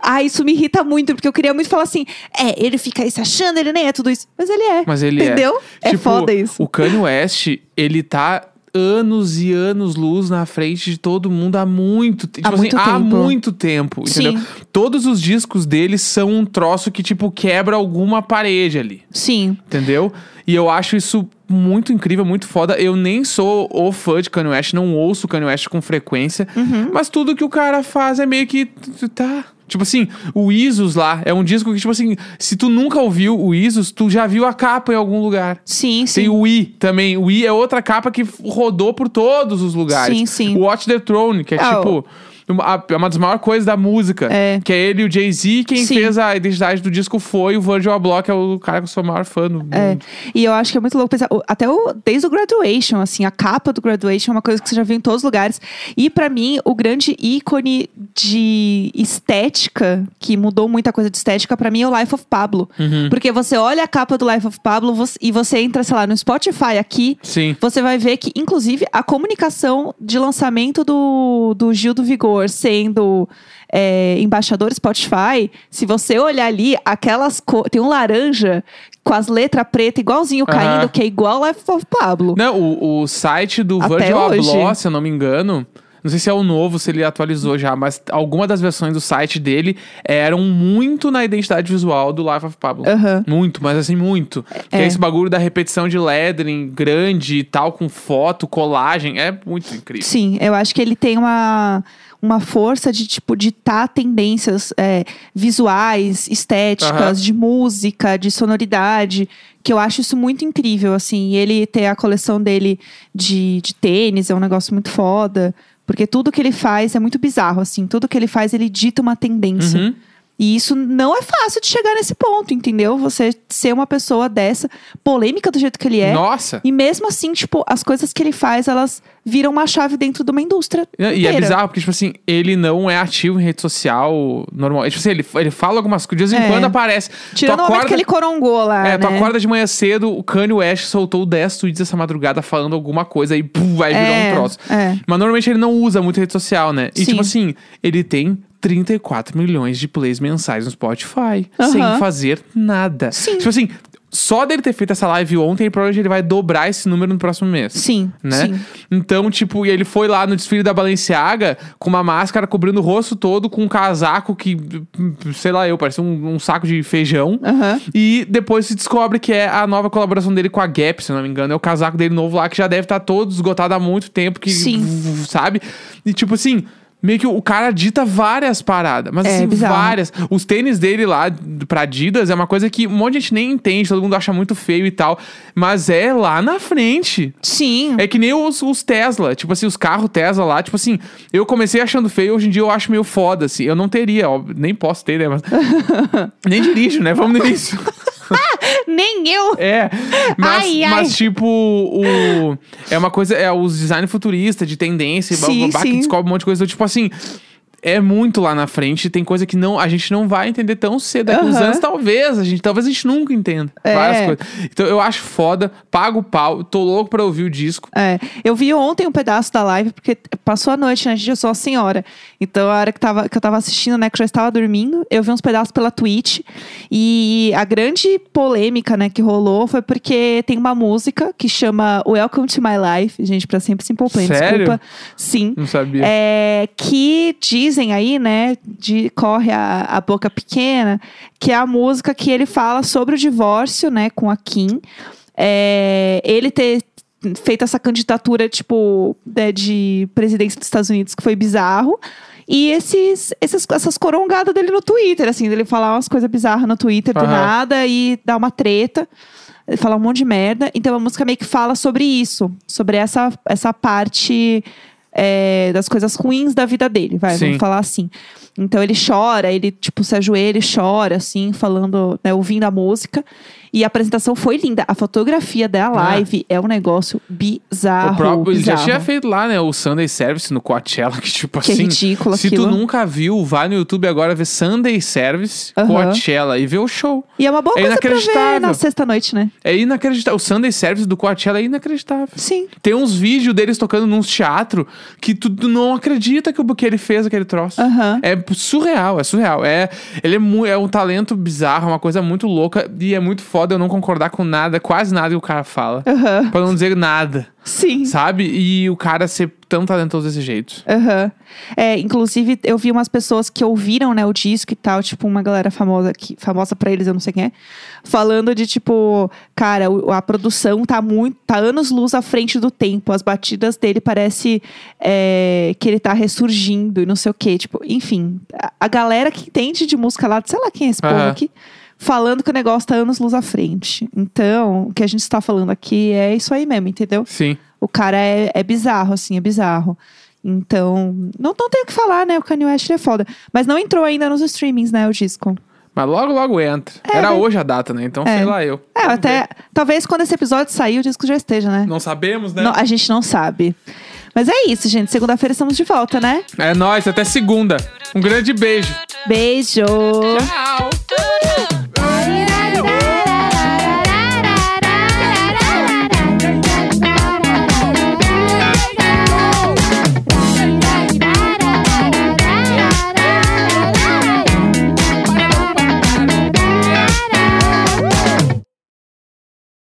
Speaker 2: Ah, isso me irrita muito, porque eu queria muito falar assim: é, ele fica aí se achando, ele nem é tudo isso. Mas ele é.
Speaker 1: Mas ele
Speaker 2: entendeu?
Speaker 1: é.
Speaker 2: É
Speaker 1: Tipo,
Speaker 2: foda isso.
Speaker 1: O Kanye West, ele tá anos e anos luz na frente de todo mundo há muito, te-
Speaker 2: Há
Speaker 1: tipo assim,
Speaker 2: muito
Speaker 1: há
Speaker 2: tempo.
Speaker 1: muito tempo, entendeu?
Speaker 2: Sim.
Speaker 1: Todos os discos dele são um troço que tipo quebra alguma parede ali,
Speaker 2: Sim.
Speaker 1: entendeu? E eu acho isso muito incrível, muito foda. Eu nem sou o fã de Kanye West, não ouço Kanye West com frequência, mas tudo que o cara faz é meio que t- t- tá Tipo assim, o Isus lá é um disco que, tipo assim, se tu nunca ouviu o Isus, tu já viu a capa em algum lugar.
Speaker 2: Sim, sim.
Speaker 1: Tem o Wii também. O Wii é outra capa que f- rodou por todos os lugares.
Speaker 2: Sim, sim.
Speaker 1: O Watch the Throne, que é
Speaker 2: Ah,
Speaker 1: tipo. Uma, a- é uma das maiores coisas da música.
Speaker 2: É.
Speaker 1: Que é ele e o Jay-Z. Quem
Speaker 2: Sim.
Speaker 1: fez a identidade do disco foi o Virgil Abloh, que é o cara que eu sou o maior fã do mundo.
Speaker 2: É. E eu acho que é muito louco pensar. o- Até o, desde o graduation, assim, a capa do graduation é uma coisa que você já viu em todos os lugares. E pra mim, o grande ícone de estética, que mudou muita coisa de estética, pra mim é o Life of Pablo. Porque você olha a capa do Life of Pablo você- e você entra, sei lá, no Spotify aqui.
Speaker 1: Sim.
Speaker 2: Você vai ver que, inclusive, a comunicação de lançamento do, do Gil do Vigor sendo é, embaixador Spotify, se você olhar ali, aquelas co- tem um laranja com as letras preta igualzinho caindo,
Speaker 1: Aham.
Speaker 2: que é igual Life of Pablo.
Speaker 1: Não, o, o site do
Speaker 2: Até
Speaker 1: Virgil
Speaker 2: hoje.
Speaker 1: Abloh, se eu não me engano. Não sei se é o novo, se ele atualizou já, mas alguma das versões do site dele eram muito na identidade visual do Life of Pablo.
Speaker 2: Aham.
Speaker 1: Muito, mas assim, muito. Que é esse bagulho da repetição de lettering grande e tal, com foto, colagem. É muito incrível.
Speaker 2: Sim, eu acho que ele tem uma, uma força de, tipo, ditar tendências é, visuais, estéticas, de música, de sonoridade, que eu acho isso muito incrível, assim. E ele ter a coleção dele de, de tênis é um negócio muito foda, porque tudo que ele faz é muito bizarro, assim. Tudo que ele faz, ele dita uma tendência.
Speaker 1: Uhum.
Speaker 2: E isso não é fácil de chegar nesse ponto, entendeu? Você ser uma pessoa dessa, polêmica do jeito que ele é.
Speaker 1: Nossa!
Speaker 2: E mesmo assim, tipo, as coisas que ele faz, elas viram uma chave dentro de uma indústria.
Speaker 1: E e é
Speaker 2: inteira.
Speaker 1: bizarro, porque, tipo assim, ele não é ativo em rede social normal. Tipo assim, ele, ele fala algumas coisas, de vez em
Speaker 2: É.
Speaker 1: quando aparece.
Speaker 2: Tirando
Speaker 1: tu
Speaker 2: o momento
Speaker 1: acorda,
Speaker 2: que ele corongou lá.
Speaker 1: É, tu
Speaker 2: né?
Speaker 1: acorda de manhã cedo, o Kanye West soltou 10 tweets essa madrugada falando alguma coisa e pum, vai virar
Speaker 2: É,
Speaker 1: um troço.
Speaker 2: é.
Speaker 1: Mas normalmente ele não usa muito rede social, né? E
Speaker 2: Sim.
Speaker 1: tipo assim, ele tem 34 milhões de plays mensais no Spotify,
Speaker 2: Aham.
Speaker 1: sem fazer nada.
Speaker 2: Sim.
Speaker 1: Tipo assim, só dele ter feito essa live ontem, provavelmente ele vai dobrar esse número no próximo mês.
Speaker 2: Sim,
Speaker 1: Né?
Speaker 2: sim.
Speaker 1: Então, tipo, e ele foi lá no desfile da Balenciaga com uma máscara cobrindo o rosto todo, com um casaco que, sei lá, eu, parecia um, um saco de feijão.
Speaker 2: Aham.
Speaker 1: E depois se descobre que é a nova colaboração dele com a Gap, se eu não me engano. É o casaco dele novo lá, que já deve estar todo esgotado há muito tempo. Que,
Speaker 2: Sim.
Speaker 1: Sabe? E tipo assim, meio que o cara dita várias paradas. Mas
Speaker 2: É,
Speaker 1: assim,
Speaker 2: bizarro.
Speaker 1: várias. Os tênis dele lá, d- pra Adidas, é uma coisa que um monte de gente nem entende. Todo mundo acha muito feio e tal. Mas é lá na frente.
Speaker 2: Sim.
Speaker 1: É que nem os, os Tesla, tipo assim, os carros Tesla lá, tipo assim, eu comecei achando feio, hoje em dia eu acho meio foda, assim. Eu não teria, ó, nem posso ter, né?
Speaker 2: (laughs)
Speaker 1: Mas... nem dirijo, né? Vamos no início.
Speaker 2: Nem eu.
Speaker 1: É, mas,
Speaker 2: Ai, ai.
Speaker 1: mas, tipo, o, é uma coisa, é os design futurista de tendência, e blá, blá,
Speaker 2: Sim,
Speaker 1: blá, que
Speaker 2: sim.
Speaker 1: descobre um monte de coisa, então, tipo assim, é muito lá na frente, tem coisa que não, a gente não vai entender tão cedo, daqui uns
Speaker 2: Aham.
Speaker 1: anos talvez, a gente, talvez a gente nunca entenda
Speaker 2: É.
Speaker 1: várias coisas. Então eu acho foda, pago o pau, tô louco pra ouvir o disco.
Speaker 2: É, eu vi ontem um pedaço da live, porque passou a noite, né? gente? Eu sou a senhora. Então, a hora que, tava, que eu tava assistindo, né? Que eu já estava dormindo, eu vi uns pedaços pela Twitch. E a grande polêmica, né? Que rolou foi porque tem uma música que chama Welcome to My Life. Gente, pra sempre Simple Plan,
Speaker 1: Sério?
Speaker 2: desculpa. Sim.
Speaker 1: Não sabia.
Speaker 2: É, que dizem aí, né? De, corre a, a boca pequena, que é a música que ele fala sobre o divórcio, né, com a Kim. É, ele ter feito essa candidatura, tipo, né, de presidência dos Estados Unidos, que foi bizarro. E esses, esses- essas corongadas dele no Twitter, assim, dele falar umas coisas bizarras no Twitter do
Speaker 1: Aham.
Speaker 2: nada e dar uma treta, falar um monte de merda. Então a música meio que fala sobre isso, sobre essa, essa parte é, das coisas ruins da vida dele, vai,
Speaker 1: Sim.
Speaker 2: vamos falar assim. Então ele chora, ele, tipo, se ajoelha e chora, assim, falando, né, ouvindo a música. E a apresentação foi linda. A fotografia da live é um negócio bizarro.
Speaker 1: Ah. o próprio, ele já
Speaker 2: bizarro.
Speaker 1: tinha feito lá, né, o Sunday Service no Coachella, que tipo
Speaker 2: Que
Speaker 1: assim...
Speaker 2: ridículo
Speaker 1: Se
Speaker 2: aquilo.
Speaker 1: tu nunca viu, vai no YouTube agora ver Sunday Service,
Speaker 2: Aham.
Speaker 1: Coachella e vê o show.
Speaker 2: E é uma boa
Speaker 1: É
Speaker 2: coisa pra ver
Speaker 1: inacreditável.
Speaker 2: na sexta-noite, né?
Speaker 1: É inacreditável. O Sunday Service do Coachella é inacreditável.
Speaker 2: Sim.
Speaker 1: Tem uns vídeos deles tocando num teatro que tu não acredita que, o- que ele fez aquele troço.
Speaker 2: Aham.
Speaker 1: É surreal, é surreal. É, ele é, mu- é um talento bizarro, uma coisa muito louca. E é muito foda eu não concordar com nada, quase nada que o cara fala.
Speaker 2: Aham.
Speaker 1: Pra não dizer nada,
Speaker 2: Sim.
Speaker 1: sabe? E o cara ser tão talentoso desse jeito.
Speaker 2: Aham. É, inclusive, eu vi umas pessoas que ouviram, né, o disco e tal, tipo, uma galera famosa, que, famosa pra eles, eu não sei quem é, falando de, tipo, cara, o- a produção tá muito, tá anos-luz à frente do tempo, as batidas dele parece é, que ele tá ressurgindo e não sei o quê, tipo, enfim, a, a galera que entende de música lá, sei lá quem é esse povo
Speaker 1: Aham.
Speaker 2: aqui, falando que o negócio tá anos-luz à frente. Então, o que a gente está falando aqui é isso aí mesmo, entendeu?
Speaker 1: Sim.
Speaker 2: O cara é, é bizarro, assim, é bizarro. Então, não, não tenho o que falar, né? O Kanye West ele é foda. Mas não entrou ainda nos streamings, né? O disco.
Speaker 1: Mas logo, logo entra. Era
Speaker 2: vai-
Speaker 1: hoje a data, né? Então, sei lá, eu.
Speaker 2: É, até. Talvez quando esse episódio sair, o disco já esteja, né?
Speaker 1: Não sabemos, né?
Speaker 2: Não, a gente não sabe. Mas é isso, gente. Segunda-feira estamos de volta, né?
Speaker 1: É nóis, até segunda. Um grande beijo.
Speaker 2: Beijo!
Speaker 1: Tchau.